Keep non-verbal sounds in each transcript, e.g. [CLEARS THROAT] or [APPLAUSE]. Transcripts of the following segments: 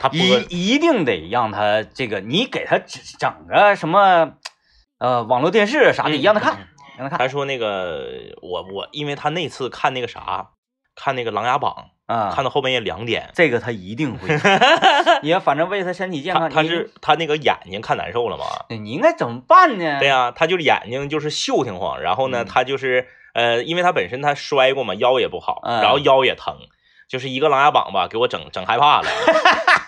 他不一一定得让他这个，你给他整整个什么，呃，网络电视啥的，嗯让他嗯看，让他看咱说那个我我，因为他那次看那个啥，看那个《琅琊榜》，啊，看到后半夜两点，这个他一定 [LAUGHS] 会，你要反正为他身体健他康，他你是他那个眼睛看难受了嘛？对你应该怎么办呢？对呀、他就是眼睛就是秀挺慌，然后呢，嗯他就是呃，因为他本身他摔过嘛，腰也不好，嗯然后腰也疼，就是一个琅琊榜吧，给我整整害怕 [LAUGHS] 了，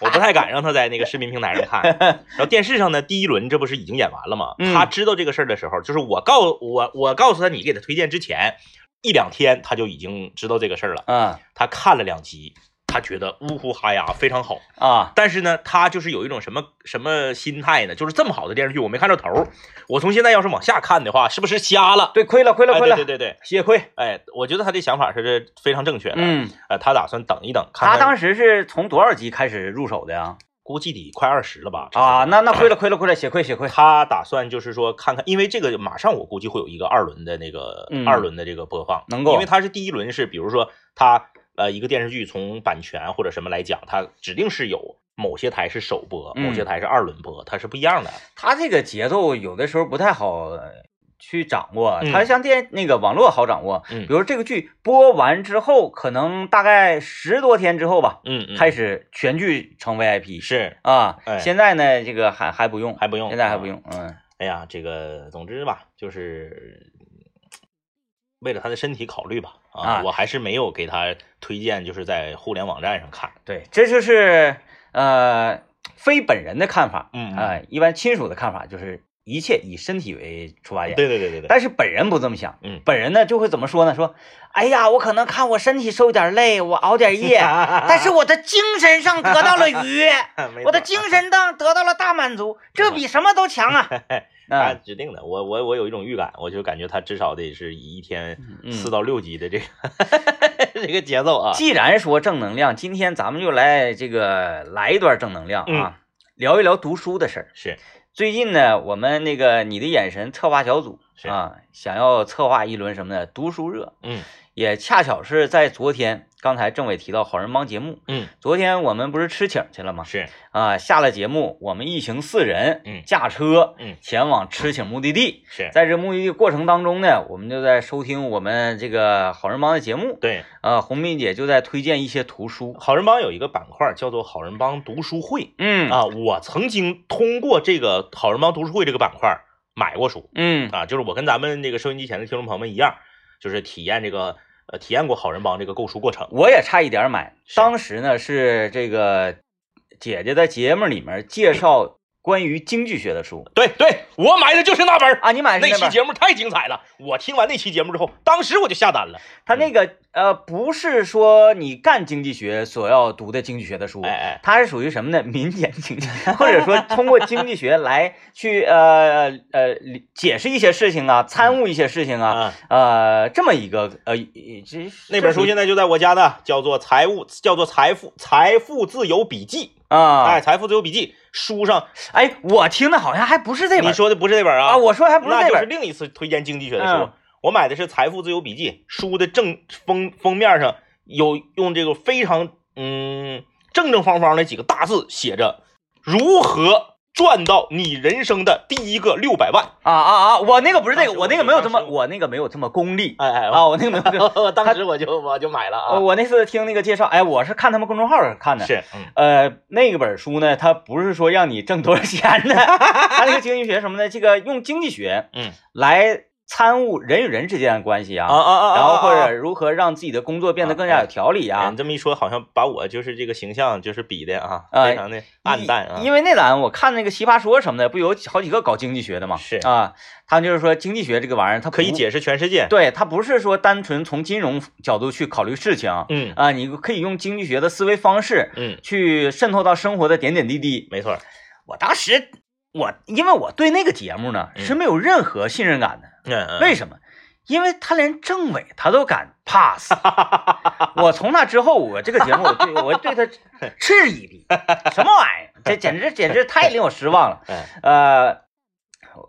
我不太敢让他在那个视频平台上看。然后电视上呢，第一轮这不是已经演完了吗？嗯他知道这个事儿的时候，就是我告我我告诉他你给他推荐之前一两天，他就已经知道这个事儿了。嗯他看了两集，他觉得呜呼哈呀非常好。啊，但是呢，他就是有一种什么什么心态呢？就是这么好的电视剧，我没看着头儿。我从现在要是往下看的话，是不是瞎了？对，亏了亏了哎，亏对了对，对对，血亏。哎，我觉得他这想法是非常正确的。，嗯，呃，他打算等一等，看他看当时是从多少集开始入手的呀？估计得快二十了吧？啊，那那亏了亏了亏了，血亏血亏。他打算就是说看看，因为这个马上我估计会有一个二轮的那个、嗯二轮的这个播放，能够因为他是第一轮是比如说他呃一个电视剧从版权或者什么来讲，它指定是有某些台是首播，某些嗯台是二轮播，它是不一样的。他这个节奏有的时候不太好呃去掌握，啊嗯他像电那个网络好掌握，嗯比如这个剧播完之后，可能大概十多天之后吧，嗯嗯，开始全剧成 VIP 是啊哎。现在呢，这个还还不用，还不用，现在还不啊。用，嗯哎呀，这个总之吧，就是为了他的身体考虑吧。啊我还是没有给他推荐，就是在互联网站上看。对，这就是呃非本人的看法，嗯嗯哎一般亲属的看法就是一切以身体为出发点，对对对对对，但是本人不这么想，嗯本人呢就会怎么说呢？说，哎呀，我可能看我身体受点累，我熬点夜，但是我的精神上得到了 [LAUGHS] 愉悦，没我的啊错精神上得到了大满足，这比什么都强啊！他 [LAUGHS] 啊，指定的，我我我有一种预感，我就感觉他至少得是一天嗯四到六集的这个、 [LAUGHS] 这个节奏啊。既然说正能量，今天咱们就来这个来一段正能量啊，聊一聊读书的事儿。是最近呢，我们那个你的眼神策划小组是啊，想要策划一轮什么呢？读书热，嗯也恰巧是在昨天，刚才政委提到好人帮节目，嗯昨天我们不是吃请去了吗？是啊，下了节目，我们一行四人，嗯驾车，嗯前往吃请目的地。是，在这目的地过程当中呢，我们就在收听我们这个好人帮的节目，对，啊，红斌姐就在推荐一些图书，好人帮有一个板块叫做好人帮读书会 [LAUGHS] 嗯啊，我曾经通过这个好人帮读书会这个板块买过书嗯啊，就是我跟咱们这个收音机前的听众朋友们一样，就是体验这个呃体验过好人帮这个购书过程。我也差一点买，是当时呢是这个姐姐在节目里面介绍关于经济学的书对对，我买的就是那本儿。啊，你买的那是期本？节目太精彩了，我听完那期节目之后，当时我就下单了。他那个呃，不是说你干经济学所要读的经济学的书，哎哎，它是属于什么呢？民间经济，或者说通过经济学来去呃呃理解释一些事情啊，参悟一些事情啊，啊，呃，这么一个呃，一这那本书现在就在我家呢，叫做《财务》，叫做《财富财富自由笔记》。哎，啊，《财富自由笔记》书上哎，我听的好像还不是这你本说的不是这本啊？啊，我说还不是那这就是本，另一次推荐经济学的书嗯。我买的是《财富自由笔记》书的正封封面上有用这个非常嗯正正方方的几个大字写着“如何赚到你人生的第一个六百万啊啊啊，我那个不是这个，当时我那个我就没有这当时么，我那个没有这么功利”。哎哎，啊，我那个没有这么，我当时我就我就买了呃 [LAUGHS] 啊。我那次听那个介绍，哎，我是看他们公众号上看的，是，嗯呃，那个本书呢，它不是说让你挣多少钱的， [LAUGHS] 它那个经济学什么呢？这个用经济学嗯来参悟人与人之间的关系啊，啊啊啊，然后或啊啊者如何让自己的工作变得更加有条理哎啊你。这么一说，好像把我就是这个形象就是比的啊，哎非常的暗淡啊因。因为那栏我看那个奇葩说什么的，不有好几个搞经济学的嘛？是啊，他们就是说经济学这个玩意儿，它不可以，解释全世界。对，它不是说单纯从金融角度去考虑事情啊，嗯你可以用经济学的思维方式嗯，去渗透到生活的点点滴滴。没错。我当时我因为我对那个节目呢嗯是没有任何信任感的，嗯嗯，为什么？因为他连政委他都敢 pass，我从那之后，我这个节目我对我对他嗤之以鼻，什么玩意儿？这简直简直太令我失望了。哎呃，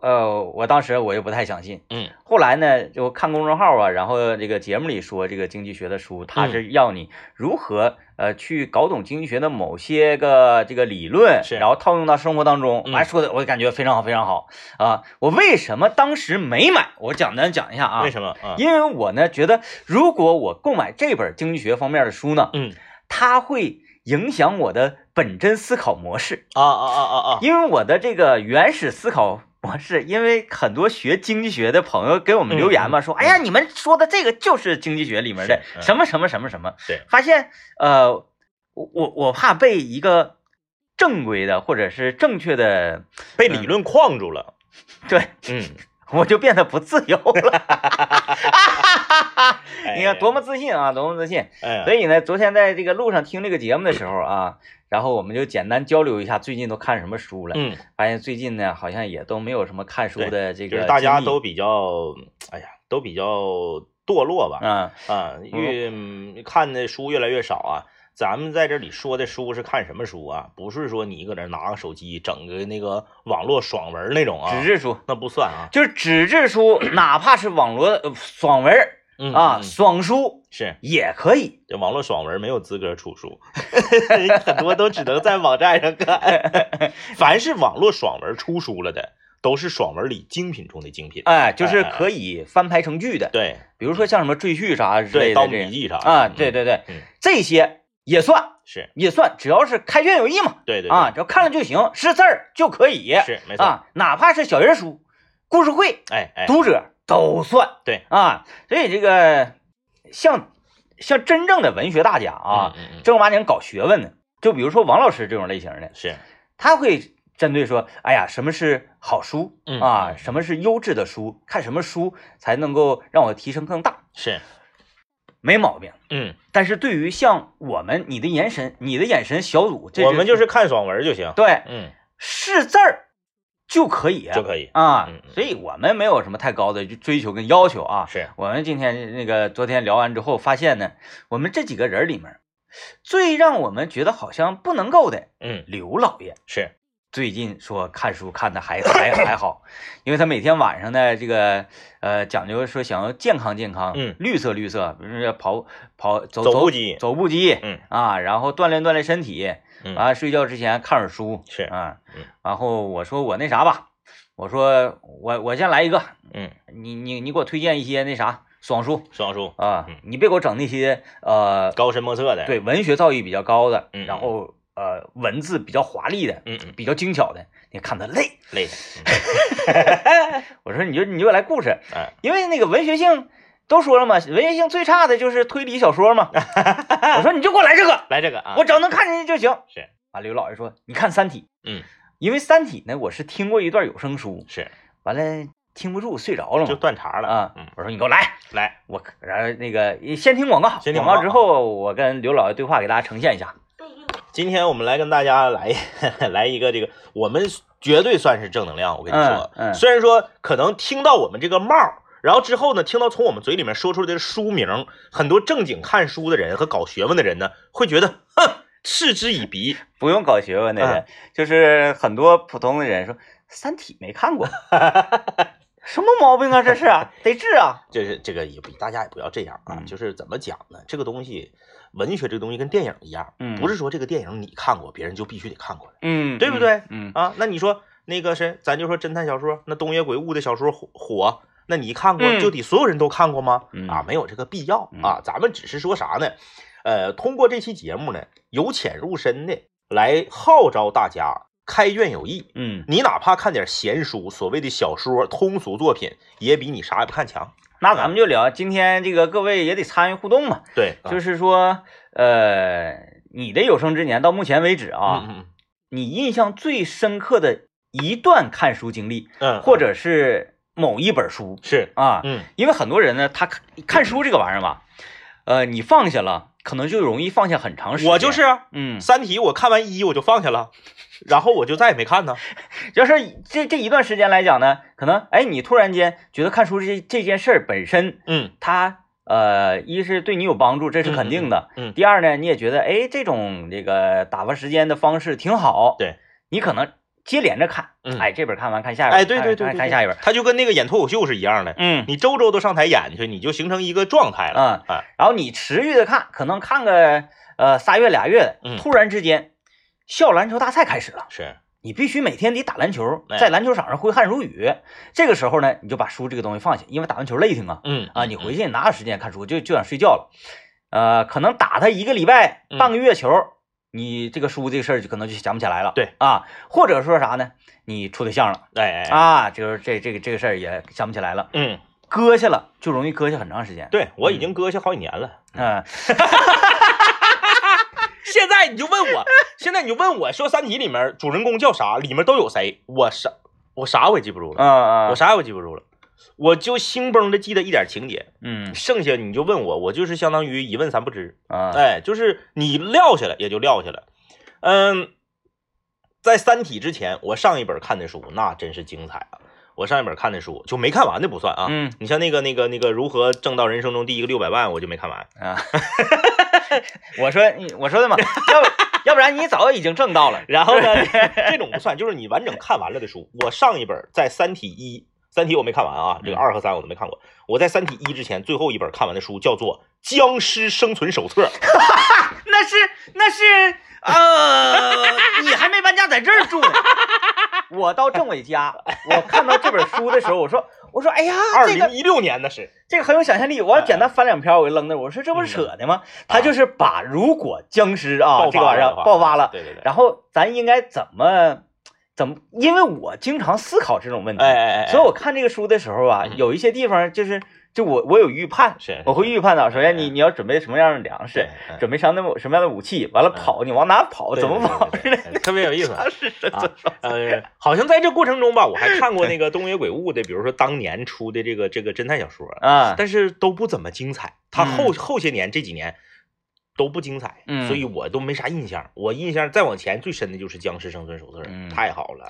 呃，我当时我就不太相信，嗯，后来呢，就看公众号啊，然后这个节目里说这个经济学的书，它嗯是要你如何呃去搞懂经济学的某些个这个理论，是然后套用到生活当中。嗯哎，说的我感觉非常好，非常好啊！我为什么当时没买？我简单讲一下啊为，什么啊？因为我呢觉得，如果我购买这本经济学方面的书呢，嗯它会影响我的本真思考模式。啊啊啊啊啊！因为我的这个原始思考模式，因为很多学经济学的朋友给我们留言嘛，说，哎呀，你们说的这个就是经济学里面的嗯是嗯什么什么什么什么，对发现呃，我我我怕被一个正规的或者是正确的，被理论框住了。对 [LAUGHS] 嗯，我就变得不自由 [LAUGHS] 了。哎你看多么么自信啊，多么自信！嗯哎，所以呢，昨天在这个路上听这个节目的时候啊，然后我们就简单交流一下最近都看什么书了。嗯嗯，发现最近呢，好像也都没有什么看书的就这个经历，是大家都比较，哎呀，都比较堕落吧。啊，啊，越嗯看的书越来越少啊。咱们在这里说的书是看什么书啊？不是说你搁那拿个手机整个那个网络爽文那种啊，纸质书那不算啊。就是纸 [CLEARS THROAT] 质书，哪怕是网络呃爽文儿嗯啊，嗯爽书是也可以。这网络爽文没有资格出书，很多都只能在网站上看。 [LAUGHS] 凡是网络爽文出书了的，都是爽文里精品中的精品。哎，就是可以翻拍成剧的，对比如说像什么《赘婿》啥之对，类《盗的墓这笔记》啥的啊，对，对对嗯，这些也算是也算，只要是开卷有益嘛，对对对啊，只要看了就行，识字儿就可以，是没错。啊，哪怕是小人书、故事会、哎哎，读者都算对啊，所以这个像像真正的文学大家啊，嗯，嗯嗯正儿八经搞学问的，就比如说王老师这种类型的，是他会针对说，哎呀，什么是好书嗯啊，嗯什么是优质的书，看什么书才能够让我提升更大，是，没毛病。嗯，但是对于像我们，你的眼神，你的眼神小组，这我们就是看爽文就行。对嗯，识字儿就可以就可以。啊嗯，嗯所以我们没有什么太高的追求跟要求啊。是，我们今天那个昨天聊完之后，发现呢，我们这几个人里面，最让我们觉得好像不能够的嗯，刘老爷，是，最近说看书看的还还还好，因为他每天晚上呢，这个呃讲究说想要健康健康，嗯绿色绿色，比如说跑跑走走走步机走步机，嗯啊，然后锻炼锻炼身体，嗯啊，睡觉之前看会儿书，是啊嗯，然后我说我那啥吧，我说我我先来一个，嗯，你你你给我推荐一些那啥爽书双书，啊嗯，你别给我整那些呃，高深莫测的。，对文学造诣比较高的，嗯然后呃文字比较华丽的，嗯嗯，比较精巧的，你看他累。累的。嗯我说你就你就来故事，哎，因为那个文学性都说了嘛，文学性最差的就是推理小说 [LAUGHS] 嘛。我说你就给我来这个，来这个啊，我只要能看进去就行。是啊，刘老爷说你看《三体》，嗯，因为《三体》呢，我是听过一段有声书，是完了听不住睡着了就嘛。断茬了啊嗯，我说你给我来，来，我然后那个先听广告，先听广广之告后我跟刘老爷对话给大家呈现一下。今天我们来跟大家来 [LAUGHS] 来一个这个，我们绝对算是正能量。我跟你说，嗯嗯虽然说可能听到我们这个帽儿。然后之后呢，听到从我们嘴里面说出来的书名，很多正经看书的人和搞学问的人呢，会觉得，哼，嗤之以 [LAUGHS] 鼻。不用搞学问的嗯人，就是很多普通的人说《三体》没 [LAUGHS] 看过，什么毛病啊？这是啊得治啊！这是这个也不，大家也不要这样啊。嗯就是怎么讲呢？这个东西，文学这个东西跟电影一样，嗯不是说这个电影你看过，别人就必须得看过了嗯，对不对嗯？嗯，啊。那你说那个谁，咱就说侦探小说，那东野圭吾的小说火火，那你看过、嗯就得所有人都看过吗？嗯啊，没有这个必要嗯啊。咱们只是说啥呢？呃，通过这期节目呢，由浅入深的来号召大家开卷有益。嗯，你哪怕看点闲书，所谓的小说、通俗作品，也比你啥也不看强。那咱们就聊今天这个，各位也得参与互动嘛。对，啊就是说，呃，你的有生之年到目前为止啊，嗯嗯你印象最深刻的一段看书经历，嗯，或者是某一本书是，啊，嗯，因为很多人呢，他看看书这个玩意儿吧，呃，你放下了，可能就容易放下很长时间。我就是啊嗯《三体》，我看完一我就放下了，然后我就再也没看呢。就是这这一段时间来讲呢，可能哎，你突然间觉得看书这这件事儿本身，嗯它呃，一是对你有帮助，这是肯定的。嗯，第二呢，你也觉得哎，这种这个打发时间的方式挺好。对，你可能接连着看，嗯哎，这本看完看下一本，哎，对对对看对，看对下一本，，他就跟那个演脱口秀是一样的，嗯。你周周都上台演去，你就形成一个状态了。嗯哎，然后你持续的看，可能看个呃仨月俩月嗯的，突然之间，校篮球大赛开始了，是，你必须每天得打篮球哎，在篮球场上挥汗如雨。这个时候呢，你就把书这个东西放下，因为打完球累挺啊嗯啊，你回去哪有时间看书，就就想睡觉了。呃，可能打他一个礼拜、嗯半个月球，你这个书这个事儿就可能就想不起来了。对啊，或者说啥呢？你处对象了哎哎，哎啊，就是这这个这个事儿也想不起来了，嗯，搁下了就容易搁下很长时间。对我已经搁下好几年了。嗯。现在你就问 [LAUGHS] 我，现在你就问我说《三体》里面主人公叫啥，里面都有谁，我啥我啥我也记不住了，啊我啊，啥也我记不住了。我就兴崩的记得一点情节，嗯剩下你就问我，我就是相当于一问三不知。啊，哎，就是你撂下了也就撂下了。嗯，在《三体》之前，我上一本看的书那真是精彩啊！我上一本看的书就没看完的不算啊。嗯你像那个那个那个如何挣到人生中第一个六百万，我就没看 [LAUGHS] 完。啊，我说你我说的嘛，要不要不然你早已经挣到了， [LAUGHS] 然后呢，这种不算，就是你完整看完了的书。我上一本在《三体一》，《三体》我没看完啊，这个嗯二和三我都没看过。我在《三体一》之前最后一本看完的书叫做《僵尸生存手册》。 [LAUGHS] 那是那是呃，你还没搬家，在这儿住呢。我到政委家，我看到这本书的时候，我说我说哎呀，二 [LAUGHS] 这零哎个一六年那是，这个很有想象力，我简单翻两篇，我就扔那儿，我说这嗯不是扯的吗？他就是把如果僵尸啊啊爆这发个玩意了儿爆发了，对对对。然后咱应该怎么怎么？因为我经常思考这种问题哎，哎哎哎，所以我看这个书的时候啊，嗯有一些地方就是就我我有预判，是我会预判到，首先哎你你要准备什么样的粮食，嗯准备什么样的什么样的武器，完了跑你往哪跑，怎么跑？对对对对特别有 [LAUGHS] 意思。是是啊，呃，好像在这过程中吧，我还看过那个东野圭吾的，比如说当年出的这个这个侦探小说，啊，但是都不怎么精彩。他后后些年这几年都不精彩，嗯所以我都没啥印象。我印象再往前最深的就是《僵尸生存手册》嗯太好 [LAUGHS] 了。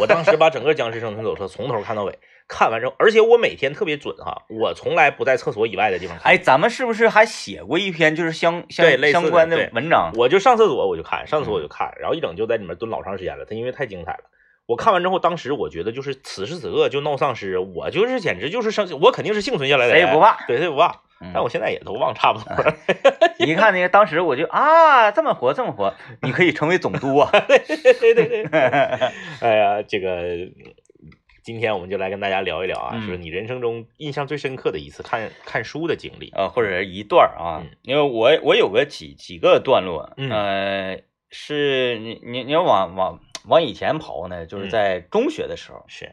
我当时把整个《僵尸生存手册》从头看到尾，看完之后，而且我每天特别准哈，我从来不在厕所以外的地方看。哎，咱们是不是还写过一篇就是相相对类似的相关对的文章？我就上厕所我就看，上厕嗯所我就看，然后一整就在里面蹲老长时间了。它因为太精彩了，我看完之后，当时我觉得就是此时此刻就闹丧尸，我就是简直就是生，我肯定是幸存下来的谁人，也不怕，对，谁也不怕。嗯但我现在也都忘差不多 [LAUGHS] 了，你一看那个，当时我就啊，这么活这么活，你可以成为总督啊！对对对。哎呀，这个今天我们就来跟大家聊一聊啊，嗯就是你人生中印象最深刻的一次看看书的经历。 [LAUGHS] 呃，或者是一段儿啊嗯，因为我我有个几几个段落，嗯呃，是你你你要往往往以前刨呢，就是嗯在中学的时候、是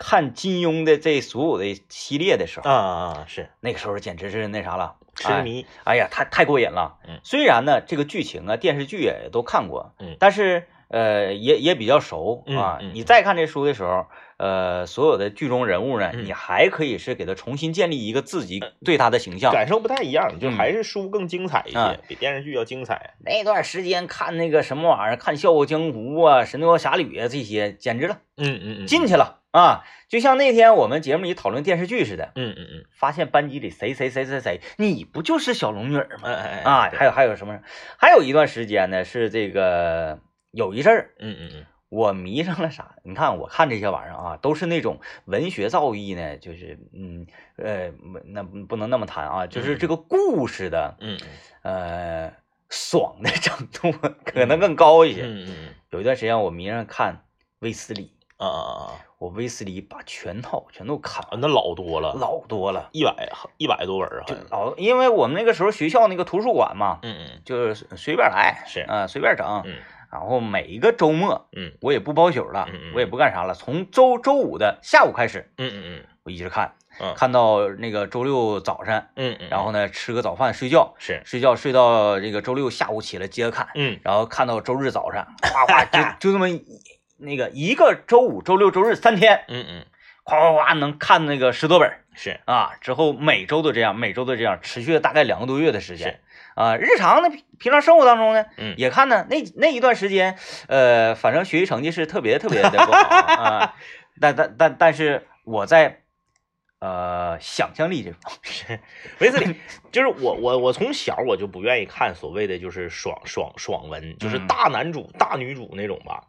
看金庸的这所有的系列的时候，啊啊，是那个时候简直是那啥了，痴迷，哎，哎呀，太太过瘾了。嗯虽然呢这个剧情啊电视剧也都看过，嗯但是呃也也比较熟嗯啊。嗯你嗯再看这书的时候。呃，所有的剧中人物呢，嗯你还可以是给他重新建立一个自己对他的形象，感受不太一样，就嗯还是书更精彩一些，啊比电视剧要精彩。那段时间看那个什么玩意儿，看《笑傲江湖》啊，《神雕侠侣》啊，这些简直了，嗯嗯嗯，进去了啊！就像那天我们节目里讨论电视剧似的，嗯嗯嗯发现班级里谁谁谁谁谁，你不就是小龙女儿吗？哎哎哎啊，对还有还有什么？还有一段时间呢，是这个有一阵儿嗯嗯嗯，我迷上了啥？你看我看这些玩意儿啊，都是那种文学造诣呢，就是嗯呃，那不能那么谈啊，就是这个故事的嗯嗯呃爽的程度可能更高一些。嗯嗯有一段时间我迷上看威斯理，啊啊啊我威斯理把全套全都看啊，完，那老多了，老多了，一百一百多本儿啊，好就像老，因为我们那个时候学校那个图书馆嘛，嗯就是随便来，是啊、随便整嗯，嗯然后每一个周末嗯我也不包宿了，嗯嗯我也不干啥了，从周周五的下午开始，嗯嗯我一直看，嗯看到那个周六早晨，嗯嗯，然后呢吃个早饭睡觉，是睡觉睡到这个周六下午起来接着看，嗯然后看到周日早上，哗哗 [LAUGHS] 就就这么一那个一个周五、周六、周日三天，嗯嗯哗哗哗能看那个十多本儿是啊。之后每周都这样，每周都这样，持续了大概两个多月的时是间啊。日常的平平常生活当中呢，嗯也看呢。那那一段时间，呃，反正学习成绩是特别特别的不好 [LAUGHS] 啊啊，但但但但是我在呃想象力这方面，维斯 [LAUGHS] 理，就是我我我从小我就不愿意看所谓的就是爽爽爽文，就是嗯大男主大女主那种吧。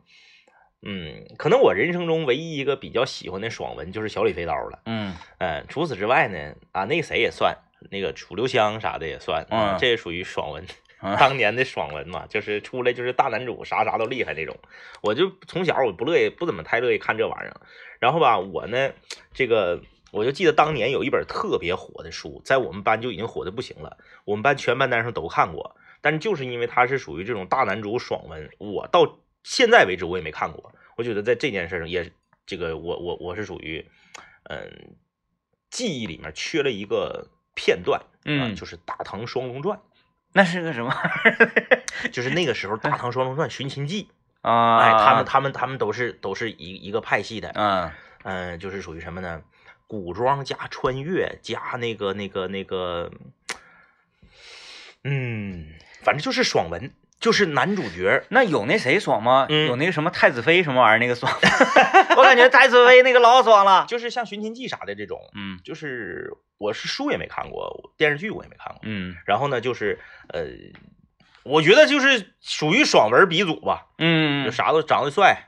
嗯，可能我人生中唯一一个比较喜欢的爽文就是小李飞刀了。嗯嗯，除此之外呢，啊，那谁也算，那个楚留香啥的也算，啊嗯这也属于爽文，嗯当年的爽文嘛，就是出来就是大男主，啥啥都厉害那种。我就从小我不乐意，不怎么太乐意看这玩意儿。然后吧，我呢，这个我就记得当年有一本特别火的书，在我们班就已经火的不行了，我们班全班男生都看过，但是就是因为它是属于这种大男主爽文，我到现在为止我也没看过。我觉得在这件事上也是这个我我我是属于，嗯，记忆里面缺了一个片段，啊嗯，就是《大唐双龙传 [LAUGHS] 那是个什么玩意儿》，就是那个时候《大唐双龙传》《寻秦记》， [LAUGHS] 啊？哎，他们他们他们都是都是一一个派系的，嗯嗯、就是属于什么呢？古装加穿越加那个那个那个，嗯，反正就是爽文，就是男主角，那有那谁爽吗？嗯有那个什么太子妃什么玩意儿那个爽， [LAUGHS] 我感觉太子妃那个老爽了。就是像《寻秦记》啥的这种，嗯就是我是书也没看过，电视剧我也没看过。嗯然后呢，就是呃，我觉得就是属于爽文鼻祖吧，就嗯啥都长得帅，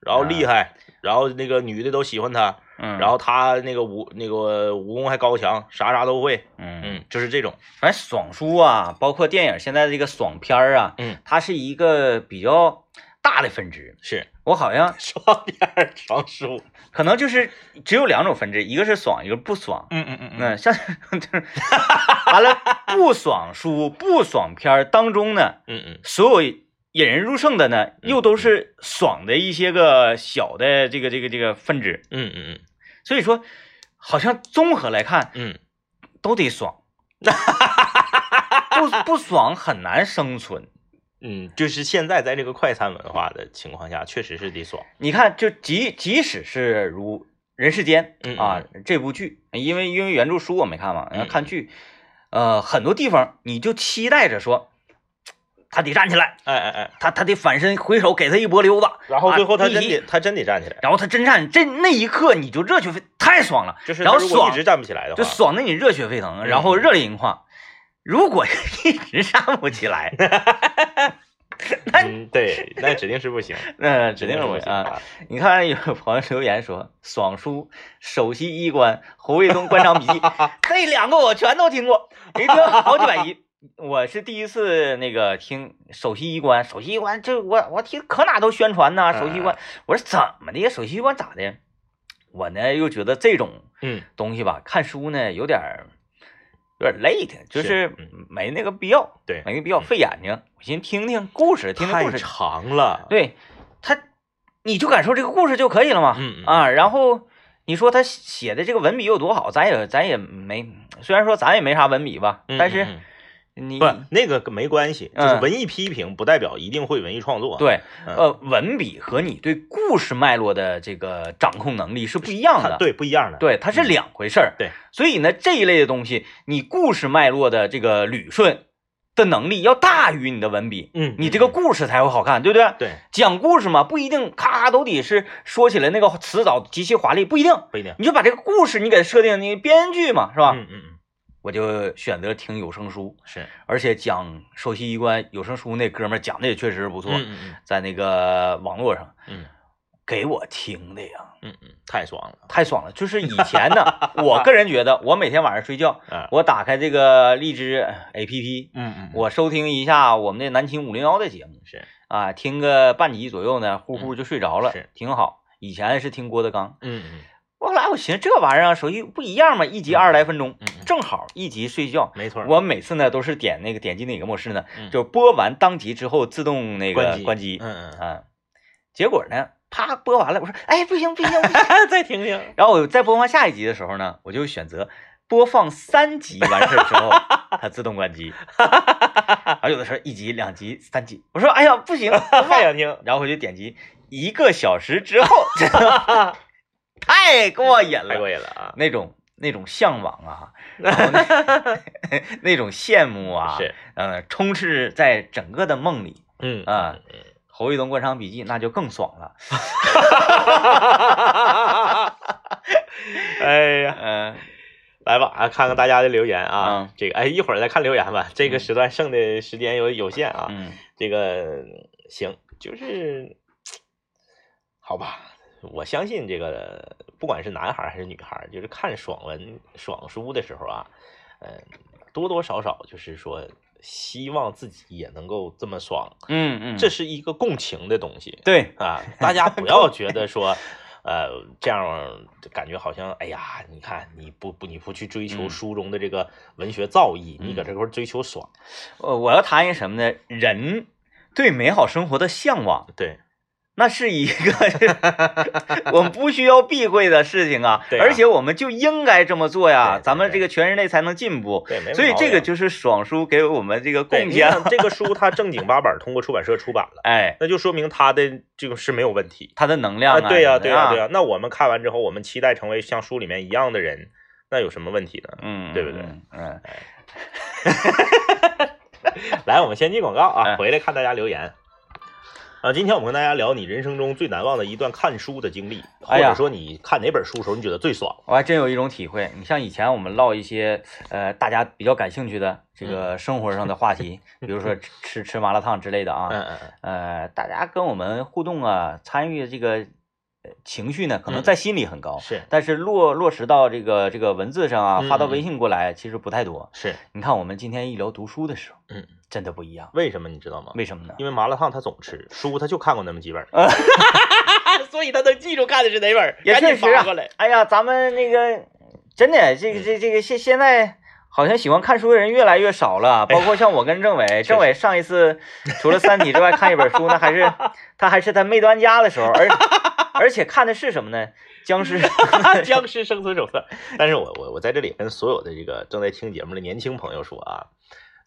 然后啊厉害，然后那个女的都喜欢他，嗯，然后他那个武那个武功还高强，啥啥都会，嗯，嗯，就是这种，反正爽书啊，包括电影现在的这个爽片儿啊，嗯，它是一个比较大的分支。是我好像 [LAUGHS] 双边儿双输，可能就是只有两种分支，一个是爽，一个是不爽。嗯嗯嗯嗯，像 [LAUGHS] 就是完了，不爽书、不爽片儿当中呢，嗯嗯，所有引人入胜的呢，又都是爽的一些个小的这个这个这个分支，嗯嗯所以说好像综合来看嗯都得爽， [LAUGHS] 不不爽很难生存。嗯，就是现在在这个快餐文化的情况下，确实是得爽，你看，就即即使是如《人世间嗯》啊这部剧，因为因为原著书我没看嘛，然后嗯看剧，呃，很多地方你就期待着说。他得站起来，哎哎哎，他他得反身回手给他一波溜子，然后最后他啊真你得他真得站起来，然后他真站，这那一刻你就热血沸，太爽了，就是然他后如果一爽直站不起来的就话，嗯爽的你热血沸腾，然后热泪盈眶。如果 [LAUGHS] 一直站不起来， [LAUGHS] 嗯， [LAUGHS] 对，那指定是不行，那指指定定是是不 [LAUGHS] 我行啊。。你看有朋友留言说，爽叔首席医官侯卫东官场 [LAUGHS] 笔记，这两个我全都听过，没听好几百集。我是第一次那个听首席医官，首席医官这我我听可哪都宣传呐、首席医官，嗯我说怎么的呀？首席医官咋的？我呢又觉得这种嗯东西吧，看书呢有点儿有点儿累挺，就是是嗯没那个必要，对嗯没那个必要费眼睛。我寻思听听故事，听听太故事，长了，对他，你就感受这个故事就可以了嘛。嗯嗯啊，然后你说他写的这个文笔有多好，咱也咱也没，虽然说咱也没啥文笔吧，嗯但嗯是嗯你不那个没关系，就是嗯文艺批评不代表一定会文艺创作。，对嗯呃文笔和你对故事脉络的这个掌控能力是不一样它的。对不一样的。，对，它是嗯两回事儿。对，所以呢，这一类的东西，你故事脉络的这个捋顺的能力要大于你的文笔，嗯，你这个嗯故事才会好看，对不对？对讲故事嘛，不一定咔咔都得是说起来那个词藻极其华丽，不一定。不一定，你就把这个故事你给它设定，你编剧嘛，是吧？嗯嗯嗯，我就选择听有声书，是而且讲首席医官有声书那哥们儿讲的也确实是不不错，嗯在那个网络上嗯给我听的呀。嗯嗯嗯，太爽了。太爽了！就是以前 [LAUGHS] 呢，我个人觉得，我每天晚上睡觉嗯，我打开这个荔枝哎 APP，嗯嗯我我收听一下我们的南秦五零幺的节目是啊，听个半集左右呢，呼呼就睡着了，嗯是挺好。以前是听郭德纲，嗯嗯后来我寻思这玩意儿啊，手机不一样嘛，一集二十来分钟，嗯嗯，正好一集睡觉。没错儿。我每次呢都是点那个点击哪个模式呢，嗯就是播完当集之后自动那关个机关机，嗯嗯啊，结果呢，啪播完了，我说哎不行不行不行。嗯， [LAUGHS] 再听听。然后我在播放下一集的时候呢，我就选择播放三集完事儿之 [LAUGHS] 后，它自动关机。然后有的时候一集、两集、三集，我说哎呀不 [LAUGHS] 行，不太放想听，然后我就点击一个小时之 [LAUGHS] 后，太过瘾太了，过瘾了啊！那种那种向往 [LAUGHS] 啊，然后那 [LAUGHS] 那种羡慕啊，是，呃，充斥在整个的梦里嗯啊。侯卫东《官场笔记》那就更爽了， [LAUGHS] 哎呀， [LAUGHS] 嗯、来吧啊，看看大家的留言啊嗯。这个哎，一会儿再看留言吧。这个时段剩的啊嗯时间有有限啊。嗯这个行，就是，好吧，我相信这个不管是男孩儿还是女孩儿，就是看爽文爽书的时候啊，嗯、多多少少就是说希望自己也能够这么爽，嗯嗯，这是一个共情的东西对，啊，大家不要觉得 [LAUGHS] 说。呃，这样感觉好像，哎呀，你看你不不你不去追求嗯书中的这个文学造诣，你搁这块儿追求爽，我我要谈一什么呢？人对美好生活的向往，对那是 [LAUGHS] 一个 [LAUGHS] 我们不需要避讳的事情啊，对啊而且我们就应该这么做对呀，对咱们对这个全人类才能进步。对，没所以毛这个病就是爽叔给我们这个对贡你献看，这个书它正经八百儿通过出版社出版了，哎，那就说明它的这个是没有问题。他的能量啊，对呀、呀，对呀、对呀、那我们看完之后，我们期待成为像书里面一样的人，那有什么问题呢？嗯，对不对嗯？嗯，来，我们先进广告啊，哎回来看大家留言。啊，今天我们跟大家聊你人生中最难忘的一段看书的经历，或哎呀者说你看哪本书时候你觉得最爽？我还真有一种体会。你像以前我们唠一些呃大家比较感兴趣的这嗯个生活上的 [LAUGHS] 话题，比如说吃吃吃麻辣烫之类的啊，嗯嗯嗯，呃，大家跟我们互动啊，参与这个呃情绪呢，可能嗯在心里很高，是但是落落实到这个这个文字上啊，嗯发到嗯微信过来其实不太多。是，你看我们今天一聊读书的时候，嗯，真的不一样，为什么你知道吗？为什么呢？因为麻辣烫他总吃，书他就看过那么几本儿， [LAUGHS] 所以他能记住看的是哪本 [LAUGHS] 也赶确紧实发啊过来。 [LAUGHS] 哎呀，咱们那个真的，这个这这个现现在。好像喜欢看书的人越来越少了，包括像我跟政委，政委上一次 [LAUGHS] 除了《三体》之外看一本书，那还 [LAUGHS] 是他还是他妹端家的时候， [LAUGHS] 而而且看的是什么呢？僵尸僵尸生存手册。但是我我我在这里跟所有的这个正在听节目的年轻朋友说啊，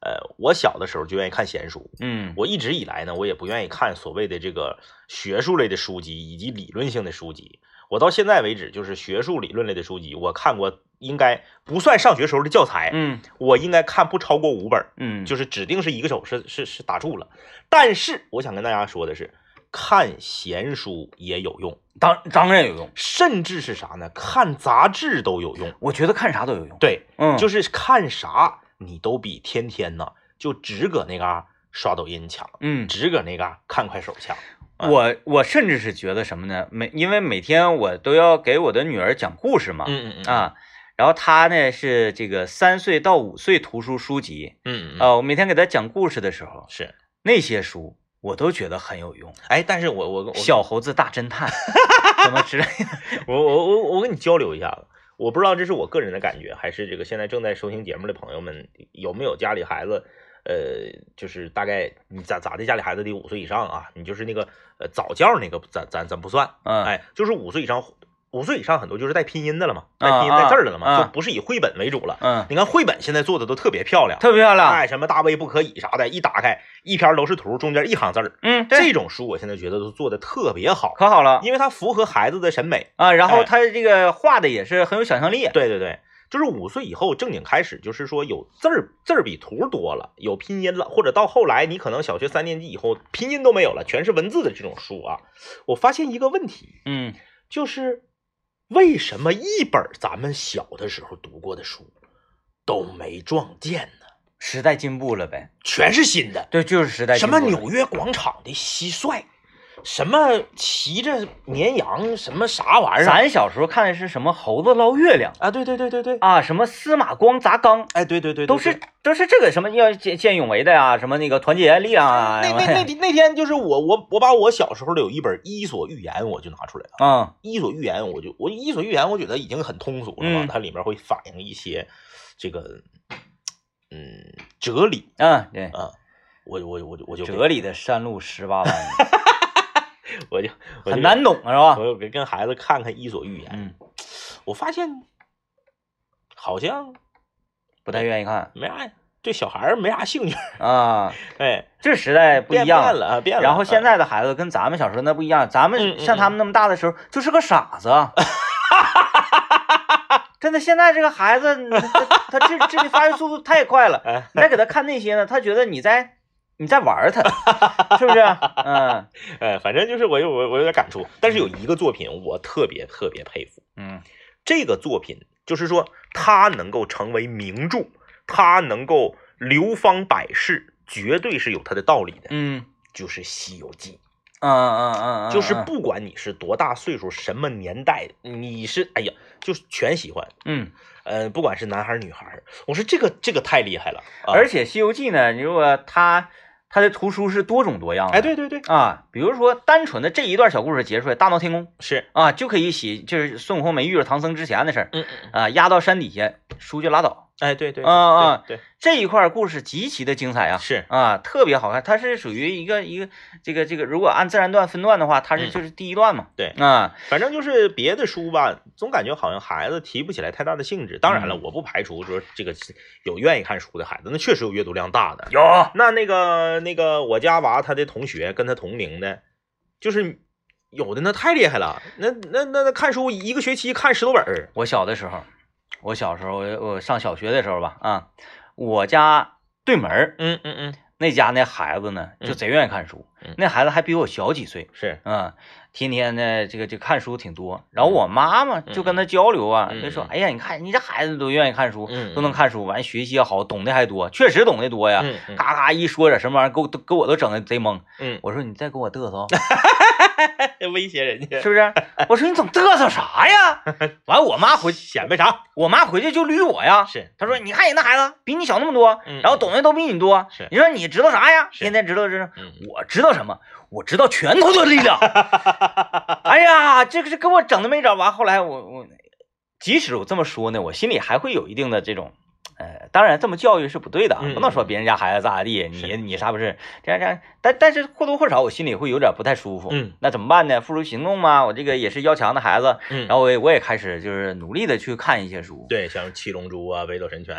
呃，我小的时候就愿意看闲书， [LAUGHS] 嗯，我一直以来呢，我也不愿意看所谓的这个学术类的书籍以及理论性的书籍。我到现在为止，就是学术理论类的书籍，我看过应该不算上学时候的教材，嗯我应该看不超过五本儿，嗯，就是指定是一个手是是是打住了。但是我想跟大家说的是，看闲书也有用，当当然有用，甚至是啥呢？看杂志都有 [LAUGHS] 用。我觉得看啥都有用。对，嗯，就是是看啥你都比天天呢就只搁那嘎刷抖音强，嗯，只搁那嘎看快手强。啊我我甚至是觉得什么呢？每因为每天我都要给我的女儿讲故事嘛，嗯嗯嗯啊，然后她呢是这个三岁到五岁图书书籍嗯嗯嗯啊，我每天给她讲故事的时候，是。那些书我都觉得很有用，哎，但是我我我《小猴子大 [LAUGHS] 侦探》什么之类的，我我我我跟你交流一下子，我不知道这是我个人的感觉，还是这个现在正在收听节目的朋友们有没有家里孩子，呃，就是大概你咋咋的，家里孩子得五岁以上啊，你就是那个呃早教那个咱咱咱不算，嗯，哎，就是五岁以上，五岁以上很多就是带拼音的了嘛，啊带拼音带字儿的了嘛，啊就不是以绘本为主了。嗯，你看绘本现在做的都特别漂亮，特别漂亮，哎，什么大卫不可以啥的，一打开一篇都是图，中间一行字儿，嗯，这对，种书我现在觉得都做的特别好，可好了因为它符合孩子的审美。啊，然哎后他这个画的也是很有想象力，啊对对对，就是五岁以后正经开始，就是说有字儿字儿比图多了，有拼音了，或者到后来你可能小学三年级以后拼音都没有了，全是文字的这种书啊。我发现一个问题，嗯，就是为什么一本儿咱们小的时候读过的书都没撞见呢？时代进步了呗，全是新的。对，就是时代什么进步了纽约广场的蟋蟀，什么骑着绵羊，什么啥玩意儿咱小时候看的是什么猴子捞月亮啊？对对对对对，啊，什么司马光砸缸，哎，对对对，对都是对都是这个什么要见见义勇为的呀、什么那个团结力量啊，那那那那天就是我我我把我小时候的有一本《伊索寓言》我就拿出来了，啊， 《伊索寓言》我就我《伊索寓言》我觉得已经很通俗了嘛，嗯它里面会反映一些这个嗯哲理嗯，对，啊，我我我就我就给哲理的山路十 [LAUGHS] 八弯，我就我就很难懂是吧我？就给跟孩子看看《伊索寓言嗯，》，我发现好像不太愿意看没啥，对小孩儿没啥兴趣，啊，哎，这时代不变一样变。了啊，变了。然后现嗯在的孩子跟咱们小时候那不一样，咱嗯嗯们像他们那么大的时候就是个傻子， [LAUGHS] 真的。现在这个孩子，他他他智智力发育速度太快了，哎，你再给他看那些呢，他觉得你在你在玩儿他，是不是？ [LAUGHS] 嗯哎，反正就是我有我我有点感触，但是有一个作品我特别特别佩服，嗯这个作品就是说它能够成为名著，它能够流芳百世，绝对是有它的道理的，嗯，就是《西游记》。嗯嗯嗯嗯，就是不管你是多大岁数，什么年代，你是哎呀，就是全喜欢。嗯，呃，不管是男孩儿女孩儿，我说这个这个太厉害了。啊、而且《西游记》呢，如果它它的图书是多种多样的，哎，对对对，啊，比如说单纯的这一段小故事结出来，大闹天宫是，啊，就可以写就是孙悟空没遇着唐僧之前的事儿嗯嗯，啊，压到山底下，书就拉倒。哎，对对，啊啊对，对这一块故事极其的精彩啊，是，啊，特别好看。它是属于一个一个这个这个，如果按自然段分段的话，它是嗯就是第一段嘛。对啊，反正就是别的书吧，总感觉好像孩子提不起来太大的兴致。当然了，我不排除说这个有愿意看书的孩子，那确实有阅读量大的。有那那个那个我家娃他的同学跟他同龄的，就是有的那太厉害了，那那那那看书一个学期看十多本儿，我小的时候，我小时候我我上小学的时候吧，啊，我家对门儿嗯嗯嗯，那家那孩子呢，嗯就贼愿意看书。嗯那孩子还比我小几岁，是，啊，天天呢这个这个看书挺多。然后我妈妈就跟他交流啊，嗯就说嗯：“哎呀，你看你这孩子都愿意看书，嗯都能看书，完学习也好，懂得还多，确实懂得多呀。嗯嗯咔咔一说点什么玩意儿，给我都给我都整的贼懵。 [LAUGHS] 嗯，我说你再给我嘚瑟，啊 [LAUGHS] 威胁人家 [LAUGHS] 是不是？我说你总嘚瑟啥呀？ [LAUGHS] 完，我妈回显摆啥？我妈回去就捋我呀。 [LAUGHS] 是，她说：“你看人那孩子比你小那么多，嗯然后懂得都比你多是，你说你知道啥呀？是天天知道知道，嗯我知道什么？我知道拳头的 [LAUGHS] 力量。哎呀，这个是给我整的没招。完，后来我我，即使我这么说呢，我心里还会有一定的这种，呃，当然这么教育是不对的啊，嗯不能说别人家孩子咋咋地，你是你啥不是这样这样，但但是或多或少我心里会有点不太舒服。嗯那怎么办呢？付诸行动嘛。我这个也是要强的孩子，嗯，然然后我也我也开始就是努力的去看一些书。对，像《七龙珠》啊，《北斗神拳》，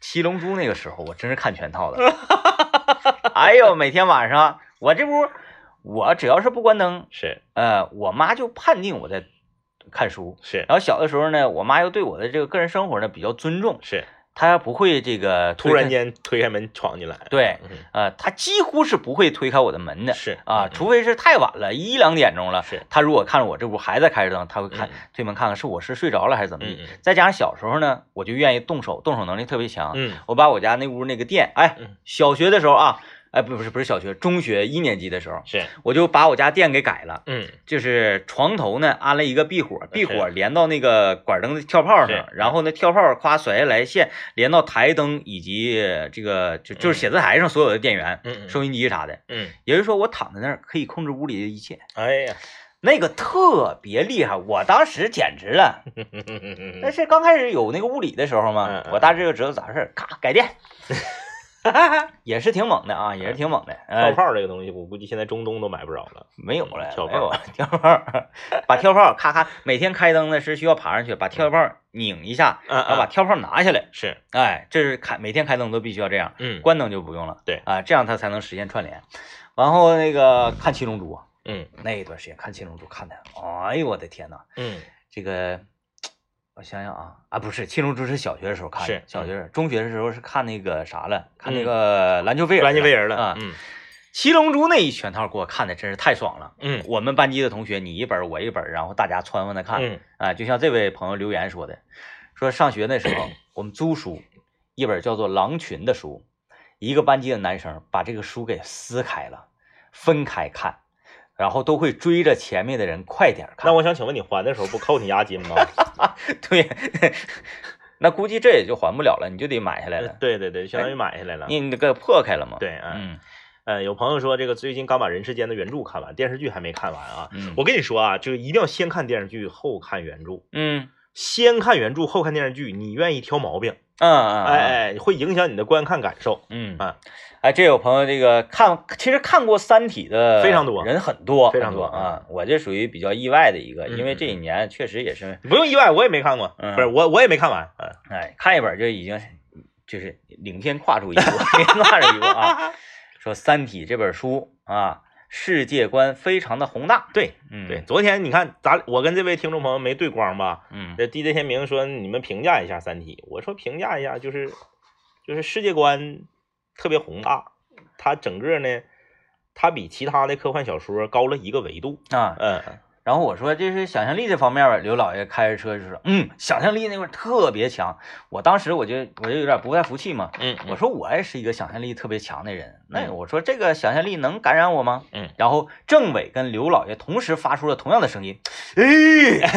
七龙珠那个时候，我真是看全套的。 [LAUGHS] 哎呦，每天晚上我这屋，我只要是不关灯，是呃，我妈就判定我在看书。是然后小的时候呢，我妈又对我的这个个人生活呢比较尊重，是，她不会这个突然，间推开门闯进来，对，嗯呃，她几乎是不会推开我的门的是啊，嗯除非是太晚了，一两点钟了。是，她如果看着我这屋还在开着灯，她会看嗯推门看看是我是睡着了还是怎么嗯地。嗯再加上小时候呢，我就愿意动手，动手能力特别强，嗯我把我家那屋那个电，哎嗯，小学的时候啊，哎，不不是不是小学，中学一年级的时候，是，我就把我家电给改了，嗯就是床头呢安了一个壁火，壁火连到那个管灯的跳炮上是，然后呢跳炮夸甩下来线连到台灯以及呃这个就就是写字台上所有的电源、嗯收音机啥的，嗯，也就是说我躺在那儿可以控制屋里的一切，哎呀，那个特别厉害，我当时简直了。哎但是刚开始有那个物理的时候嘛嗯，嗯我大致就知道咋回事儿，咔改电， [LAUGHS] 也是挺猛的啊，也是挺猛的。嗯跳呃，炮这个东西，我估计现在中东都买不着了。没有了，跳炮没有了， [LAUGHS] 跳炮，把跳炮咔咔，每天开灯呢是需要爬上去，把跳炮拧一下，嗯然后把跳炮拿下来。是，哎，这是开每天开灯都必须要这样，嗯关灯就不用了。对啊，这样它才能实现串联。然后那个看《七龙珠》啊，嗯那一段时间看《七龙珠》看的，哎呦我的天呐！嗯这个我想想啊，啊不是《七龙珠》是小学的时候看的，是小学的时候中学的时候是看那个啥了，看那嗯个篮球飞人了，兰尼威尔啊了，。嗯七龙珠那一全套给我看的真是太爽了。嗯我们班级的同学，你一本儿我一本儿，然后大家穿换着看、嗯啊，就像这位朋友留言说的，说上学那时候我们租书，一本叫做《狼群》的书，一个班级的男生把这个书给撕开了，分开看，然后都会追着前面的人快点儿看。那我想请问你还的时候不扣你押金吗？对， [LAUGHS] 那估计这也就还不了了，你就得买下来 [LAUGHS] 了，对对对，相当于买下来了。你你给破开了嘛。，对，嗯嗯呃，有朋友说这个最近刚把《人世间》的原著看完，电视剧还没看完啊。嗯，我跟你说啊，就是一定要先看电视剧，后看原著。嗯先看原著，后看电视剧，你愿意挑毛病，嗯嗯，哎哎哎，会影响你的观看感受。嗯啊哎，这有朋友这个看，其实看过《三体》的非常多人很多非常很多多啊，我这属于比较意外的一个，嗯因为嗯这一年确实也是，不用意外，我也没看过，嗯不是我我也没看完。嗯哎，看一本就已经就是领先跨出一步，领先跨出一 [LAUGHS] 步啊。说《三体》这本书啊，世界观非常的宏大，对嗯对，，昨天你看咱我跟这位听众朋友没对光吧？嗯这 DJ 天明说你们评价一下《三体》，我说评价一下就是就是世界观特别宏大，它整个呢，它比其他的科幻小说高了一个维度。啊，嗯，然后我说这是想象力这方面吧，刘老爷开着车就说，嗯，想象力那块儿特别强。我当时我就我就有点不太服气嘛，嗯，我说我也是一个想象力特别强的人，那嗯我说这个想象力能感染我吗？嗯，然后政委跟刘老爷同时发出了同样的 [LAUGHS] 声音，哎，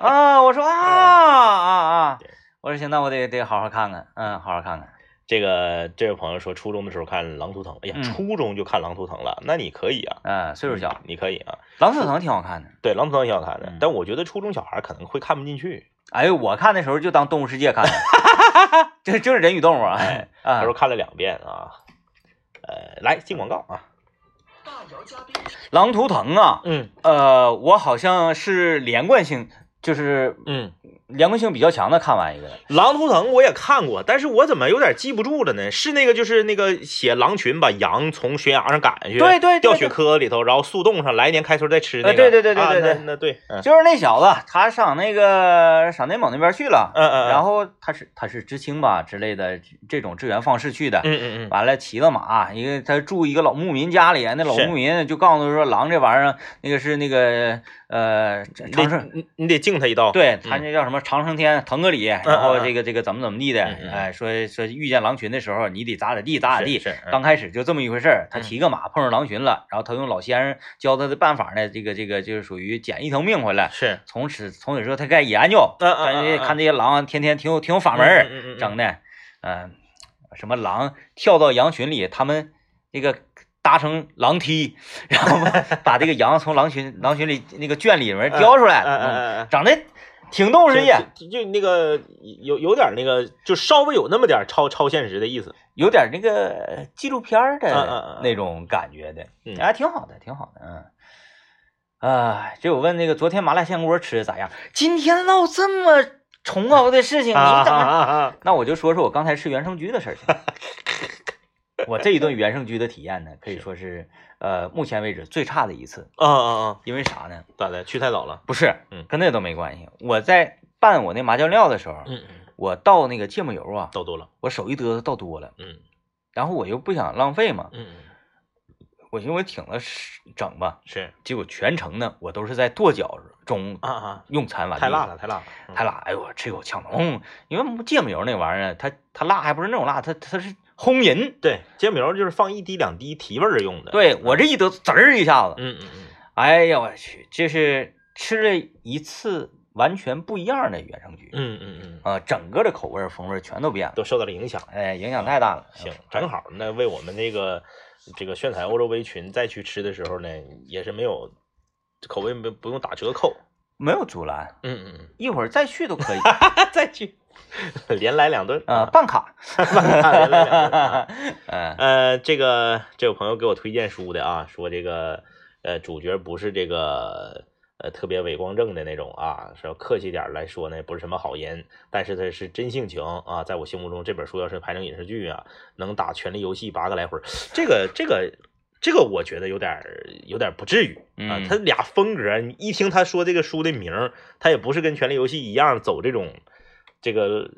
[LAUGHS] 啊，我说啊啊啊嗯对，我说行，那我得得好好看看，嗯，好好看看，这个这位朋友说，初中的时候看《狼图腾》，哎呀，嗯初中就看《狼图腾》了，那你可以啊，嗯，岁数小，你可以啊，郎 [LAUGHS] 思腾挺好看的，对，《狼图腾》挺好看的，嗯但我觉得初中小孩可能会看不进去。哎，我看的时候就当动物世 [LAUGHS] 界看的，这就是人与动物啊，啊哎他说，看了两遍啊，呃，来进广告啊，狼图腾啊，嗯呃，我好像是连贯性，就是嗯，连贯性比较强的看完一个， 《狼图腾》我也看过，但是我怎么有点记不住了呢？是那个就是那个写狼群把羊从悬崖上赶下去，对对对掉对雪窠里头，然后速冻上，来年开春再吃那个。呃对对对对啊对对那那对，嗯就是那小子，他上那个上内蒙那边去了，呃嗯嗯，然后后他是他是知青吧之类的这这种支援方式去的，嗯嗯嗯，完了骑了马，一个他住一个老牧民家里，那老是牧民就告诉他说狼这玩意儿那个是那个呃你长得生。你你得敬他一道。，对他那叫什么长生天腾格里，然后这个这个怎么怎么地的，嗯嗯哎，说说遇见狼群的时候，你得咋咋地咋咋地是，是嗯刚开始就这么一回事嗯儿，他骑个马碰上狼群了，然后他用老先生教他的办法呢，这个这个就是属于捡一条命回来，是，从此从此之后他该研究，嗯看这嗯，看这些狼天天挺有挺有法大门儿，门整的，嗯、什么狼跳到羊群里，他们那个搭成狼梯，然后把把这个羊从狼群狼群里那个圈里面叼出来，嗯嗯嗯嗯嗯。整的挺动人也，就就那个有有点那个，就稍微有那么点超超现实的意思。有点那个纪录片儿嗯嗯嗯的那种感觉的，嗯哎，挺好的，挺好的，嗯。啊，这我问那个昨天麻辣香锅吃的咋样？今天闹这么崇高的事情，你怎 [LAUGHS] 么啊 [LAUGHS] 那我就说说我刚才吃原生居的事儿去。 [LAUGHS] 我这一顿原生居的体验呢，可以说是呃，目前为止最差的一次。啊啊！因为啥呢？咋的？去太早了？不是，嗯跟那都没关系。我在拌我那麻酱料的时候，嗯嗯，我倒那个芥末油啊，到多了。我手一嘚瑟倒多了，嗯然后我又不想浪费嘛，嗯，嗯我寻思我挺了十整吧，是结果全程呢，我都是在跺脚中啊啊，用餐完毕。太辣了，太辣了，嗯太辣，哎呦我吃一口呛的，嗯，因为芥末油那玩意儿，啊它它辣还不是那种辣，它它是轰人，对，芥末油就是放一滴两滴提味儿用的。，对我这一得滋儿一下子，嗯嗯嗯，哎呀，我去，这是吃了一次完全不一样的原生菊，嗯嗯嗯，啊、整个的口味儿风味儿全都变了，都受到了影响。哎，影响太大了。啊行，这正好那为我们那个这个炫彩欧洲杯群再去吃的时候呢，也是没有口味没不用打折扣。没有阻拦，嗯嗯一会儿再去都 [LAUGHS] 可以嗯， [LAUGHS] 再去连来两顿啊，办卡，连来两顿。 [LAUGHS] 啊嗯呃，这个这有朋友给我推荐书的啊，说这个呃主角不是这个呃特别伪光正的那种啊，说客气点儿来说呢，不是什么好人，但是他是真性情啊，在我心目中这本书要是拍成影视剧啊，能打《权力游戏》八个来回儿，这个这个。这个我觉得有点儿有点儿不至于啊，嗯他俩风格，你一听他说这个书的名儿，他也不是跟《权力游戏》一样走这种这个呃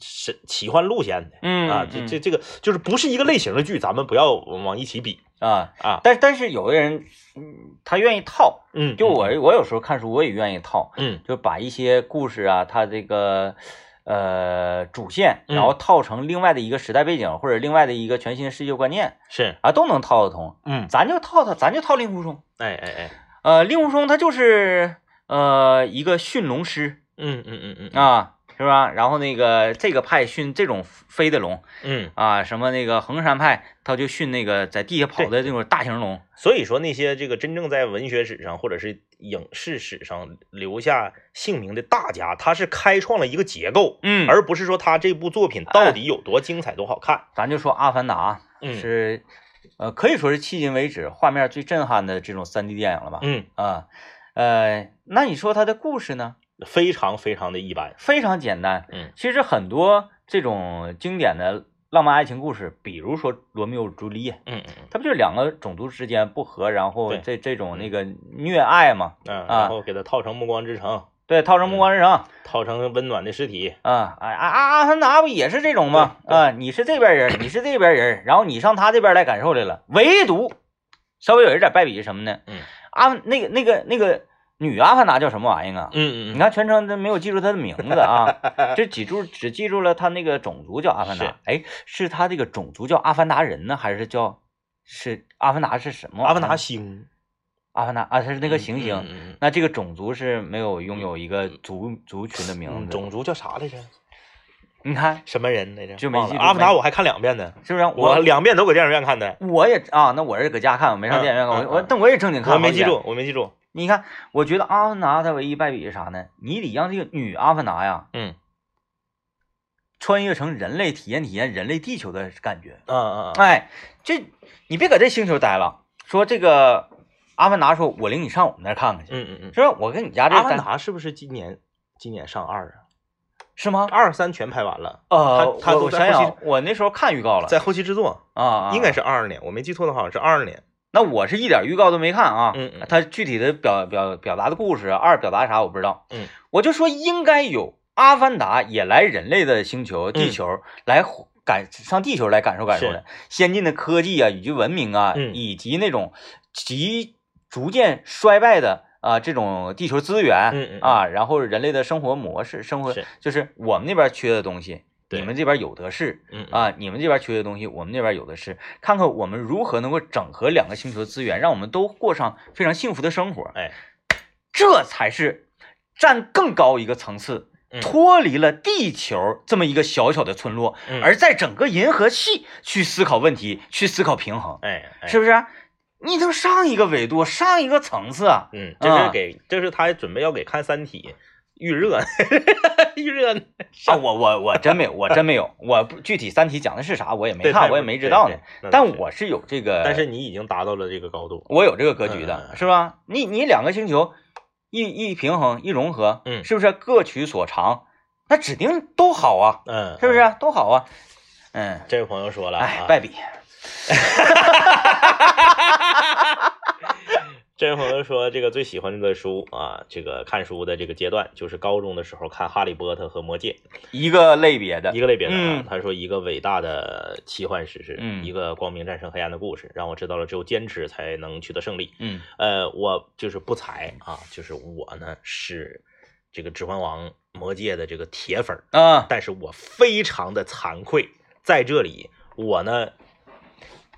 是奇幻路线的，嗯啊，这这这个就是不是一个类型的剧，咱们不要往一起比啊，啊。但但是有的人，嗯，他愿意套，嗯，就我我有时候看书我也愿意套，嗯，就把一些故事啊，它这个呃主线，嗯然后套成另外的一个时代背景、或者另外的一个全新世界观念是，啊，都能套得通。嗯，咱就套它，咱就套令狐冲。哎哎哎，呃，令狐冲他就是呃一个驯龙师嗯嗯嗯嗯啊，是吧？然后那个这个派驯这种飞的龙嗯，啊，什么那个衡山派他就驯那个在地下跑的那种大型龙。所以说那些这个真正在文学史上或者是影视史上留下姓名的大家，他是开创了一个结构，嗯，而不是说他这部作品到底有多精彩、多好看。咱就说《阿凡达》啊嗯是呃可以说是迄今为止画面最震撼的这种 3D 电影了吧？嗯，啊，呃，那你说它的故事呢？嗯非常非常的一般。非常简单。嗯，其实很多这种经典的浪漫爱情故事，比如说《罗密欧与朱丽叶》，嗯嗯它不就是两个种族之间不和，然后对这这种那个虐爱嘛？嗯，啊然后给他套成《暮光之城对，套成《暮光之城》》，套成温暖的尸体。啊，哎啊啊，阿凡达不也是这种吗？对对啊，你是这边人，你是这边人，然后你上他这边来感受来了，唯独稍微有一点败笔是什么呢？嗯，阿那个那个那个女阿凡达叫什么玩意儿啊？嗯你嗯看全程都没有记住她的名 [LAUGHS] 字啊，这记住只记住了她那个种族叫阿凡是达。哎，是她这个种族叫阿凡达人呢，还是叫是阿凡达是什嗯，么玩意儿？阿凡达星，阿凡达啊，它是那那个行星。嗯那这个种族是没有拥有一个族族群的名嗯，字，种族叫啥来着？你看什么人来着？就没忘了记住阿凡达我还看两遍呢，是不是？我两遍都搁电影院看的，我也啊，那我是搁家看，我没嗯上电影院看，嗯我我嗯但我也正经看，我没记好几遍。住，我没记住。你看，我觉得阿凡达它唯一败笔是啥呢？你得让这个女阿凡达呀，嗯穿越成人类，体验体验人类地球的感觉。嗯嗯嗯，哎，这你别搁这星球待了。说这个阿凡达说，我领你上我们那儿看看去，嗯嗯嗯。是吧？我跟你家这阿凡待达是不是今年今年上二啊？是吗？二三全拍完了，呃，他他我都我在想后想，我那时候看预告了，在后期制作，啊啊，应该是二二年，我没记错的话好像是二二年。那我是一点预告都没看啊，嗯嗯他具体的表表表达的故事，二表达啥我不知道，嗯，我就说应该有阿凡达也来人类的星球地球、来感上地球来感受感受嗯是的先进的科技啊，以及文明啊，嗯以及那种极逐渐衰败的啊、这种地球资源，嗯嗯嗯啊，然后人类的生活模式，生活是就是我们那边缺的东西，对你们这边有的是，嗯嗯啊，你们这边缺的东西，我们那边有的是，看看我们如何能够整合两个星球的资源，让我们都过上非常幸福的生活，哎，这才是站更高一个层次嗯，脱离了地球这么一个小小的村落，嗯而在整个银河系去思考问题，去思考平衡，哎哎是不是？你都上一个维度，上一个层 [LAUGHS] 次啊！嗯，这是啊给、这是他准备要给看《三体》预热， [LAUGHS] 预热呢啊，我 [LAUGHS] 我我真没有，我真没有，我不具体《三体》讲的是啥我也没对他看，也我也不没对知道对呢。那倒但是我是有这个，但是你已经达到了这个高度，我有这个格局嗯嗯的嗯，是吧？你你两个星球一一平衡一融合，嗯是不是各取所长？那指定都好啊，嗯，是嗯？不是都好啊？嗯，这位朋友说了、啊，哎，败笔，这位朋友说，这个最喜欢的书啊，这个看书的这个阶段，就是高中的时候看《哈利波特》和《魔戒一个类别》的一，个类别的啊。嗯他说，一个伟大的奇幻史诗，嗯一个光明战胜黑暗的故事，让我知道了只有坚持才能取得胜利。嗯呃，我就是不才啊，就是我呢是这个《指环王》《魔戒》的这个铁粉儿，啊，但是我非常的惭愧，在这里我呢，《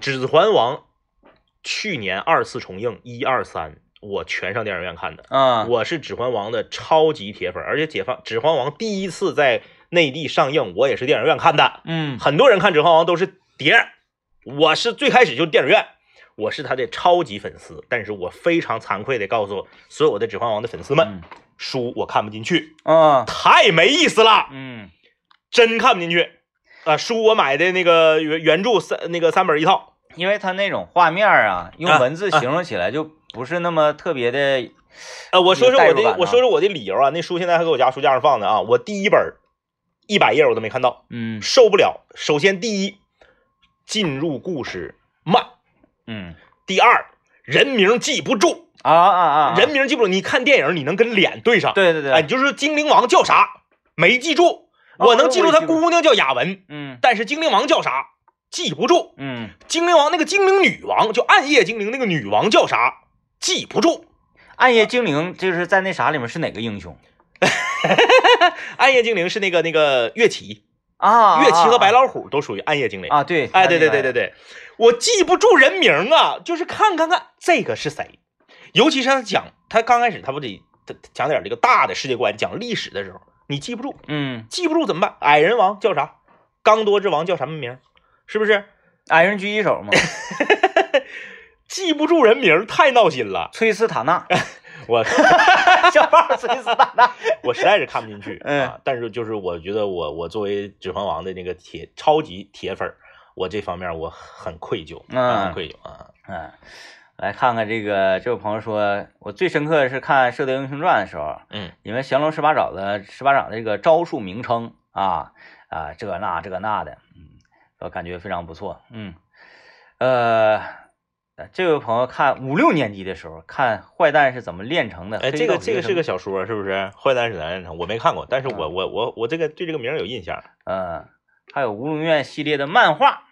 指环王》去年二次重映一二三，我全上电影院看的。啊，我是《指环王》的超级铁粉，而且解放《指环王》第一次在内地上映，我也是电影院看的。嗯很多人看《指环王》都是碟儿，我是最开始就是电影院。我是他的超级粉丝，但是我非常惭愧的告诉所有的《指环王》的粉丝们，嗯书我看不进去，啊，太没意思了。嗯真看不进去。啊，书我买的那个原原著三那个三本一套，因为它那种画面啊，用啊文字啊形容起来就不是那么特别的，呃，我说说有代我入感的呢我说说我的理由啊，那书现在还搁我家书架上放着啊，我第一本一百页我都没看到，嗯受不了。首先第一，进入故事慢；嗯第二，人名记不住，啊啊啊，人名记不住，你看电影你能跟脸对上，对对哎，你对，就是精灵王叫啥没记住，哦我能记住他我也记不住姑娘叫雅文，嗯但是精灵王叫啥记不住，嗯。精灵王那个精灵女王，就暗夜精灵那个女王叫啥？记不住。暗夜精灵就是在那啥里面是哪个英雄暗夜精灵是那个那个月琪，啊？月琪和白老老虎都属于暗夜精灵。啊，对，哎，对对对对对，我记不住人名啊，就是看看看这个是谁，尤其是他讲他刚开始他不得他他讲点这个大的世界观，讲历史的时候，你记不住，嗯，记不住怎么办？矮人王叫啥？刚多之王叫什么名？是不是矮人狙击 [LAUGHS] 手嘛，记不住人名太闹心了？崔斯塔 [LAUGHS] 纳，我小胖崔斯塔纳，我实在是看不进去嗯啊。但是就是我觉得我我作为《指环王》的那个铁超级铁粉儿，我这方面我很愧疚，嗯很愧疚啊。嗯，来看看这个这位朋友说，我最深刻的是看《射雕英雄传》的时候，嗯，因为降龙十八掌的十八掌这个招数名称啊啊，这个那这个那的，嗯，我感觉非常不错，嗯，呃。呃这位朋友看五六年级的时候看坏蛋是怎么炼成的，哎，黑这个道这个学是个生小说，是不是？坏蛋是男人，我没看过，但是我嗯我我我这个对这个名儿有印象。嗯，还有《乌龙院》系列的漫画。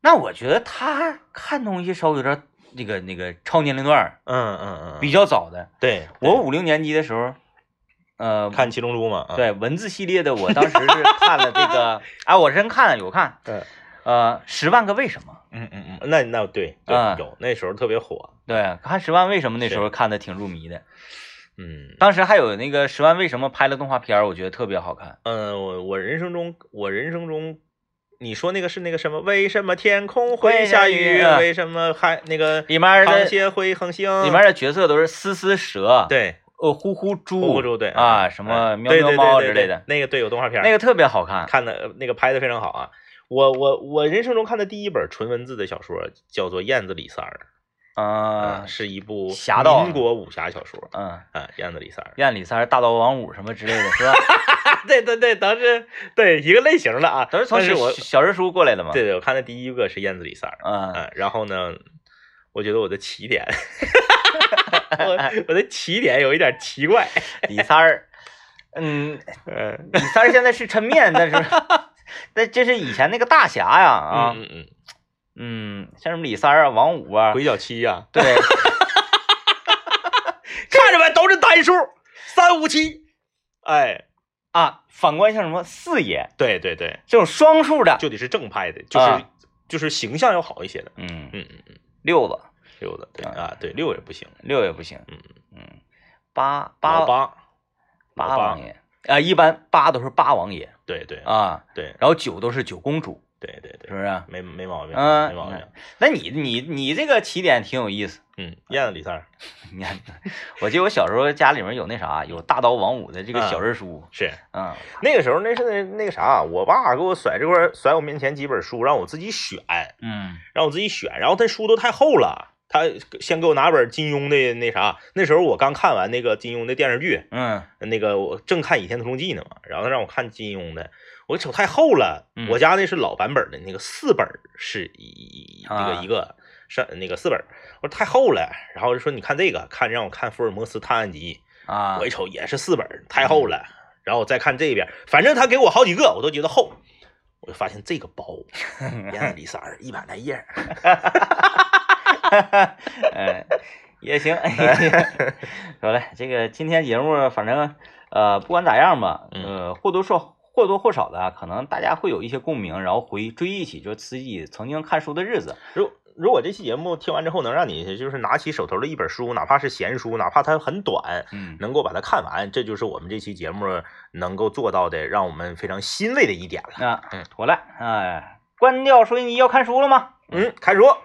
那我觉得他看东西稍微有点那个那个超年龄段儿嗯嗯比较早的。对我我五六年级的时候，呃，看七龙珠嘛，啊，对文字系列的，我当时是看了这 [LAUGHS] 个啊，我真看有看，嗯呃，《十万个为什么嗯嗯嗯，那那对对啊有那时候特别火，》对，看《十万为什么》那是时候看的挺入迷的。嗯当时还有那个《十万为什么》拍了动画片儿，我觉得特别好看。嗯，我我人生中我人生中。你说那个是那个什么？为什么天空会下雨？啊会下雨啊为什么还那个里面螃的蟹会恒星？里面的角色都是丝丝蛇，，对呃，呼呼猪，呼呼猪对啊，什么嗯喵对喵对对猫对之对类的，那个对有动画片儿，那个特别好看。看的那个拍的非常好啊。我我我人生中看的第一本纯文字的小说叫做《燕子李三儿》，啊呃，是一部侠盗啊民国武侠小说嗯，啊，《燕子李三儿燕里三儿、大刀王五什么之类的， [LAUGHS] 是吧？》啊，对对对，当时对一个类型了啊，都是从但是小我小人书过来的嘛。对，对，我看的第一个是《燕子李三儿》嗯，啊，然后呢，我觉得我的起点，我我的起点有一点奇怪，李三儿，嗯，嗯李三儿现在是抻面，但是， [LAUGHS] 那这是以前那个大侠呀啊，嗯嗯嗯，像什么李三儿啊、王五嗯，，啊鬼脚七呀， [LAUGHS] 对，看着吧，都是单数，三五七，哎，啊，反观像什么四爷对对对，这种双数的，就得是正派的，就是、啊就是形象要好一些的。嗯，嗯嗯嗯，六子六的对啊啊，对六也不行，六也不行，嗯嗯，八老八八八老八王爷啊，一般八都是八王爷对对啊，对然后九都是九公主，对对是对，不是？没没毛病，嗯没毛病。那你你你这个起点挺有意思。 [LAUGHS] 嗯，燕子李三儿你看，我记得我小时候家里面有那啥，有大刀王五的这个嗯小人书，是嗯那个时候那是那那个啥，我爸给我甩这块儿甩我面前几本书，让我自己选，嗯让我自己选，然后他书都太厚了。他先给我拿本金庸的那啥，那时候我刚看完那个金庸的电视剧，嗯那个我正看《倚天屠龙记》呢嘛，然后他让我看金庸的，我瞅太厚了，嗯我家那是老版本的，那个四本儿是一一啊个一个上那个四本儿，我说太厚了，然后就说你看这个，看让我看《福尔摩斯探案集啊》，嗯我一瞅也是四本儿，太厚了，然后我再看这边，反正他给我好几个，我都觉得厚，我就发现这个薄，燕子李三儿一百来 [LAUGHS] 页儿，嗯，[LAUGHS] 也行。好嘞，这个今天节目反正呃不管咋样吧，嗯呃或多或或多或少的啊，可能大家会有一些共鸣，然后回追忆起就是自己曾经看书的日子。如如果这期节目听完之后能让你就是拿起手头的一本书，哪怕是闲书，哪怕它很短，嗯能够把它看完，这就是我们这期节目能够做到的，让我们非常欣慰的一点了。啊嗯，妥了，哎，关掉收音机要看书了吗？嗯，开始说，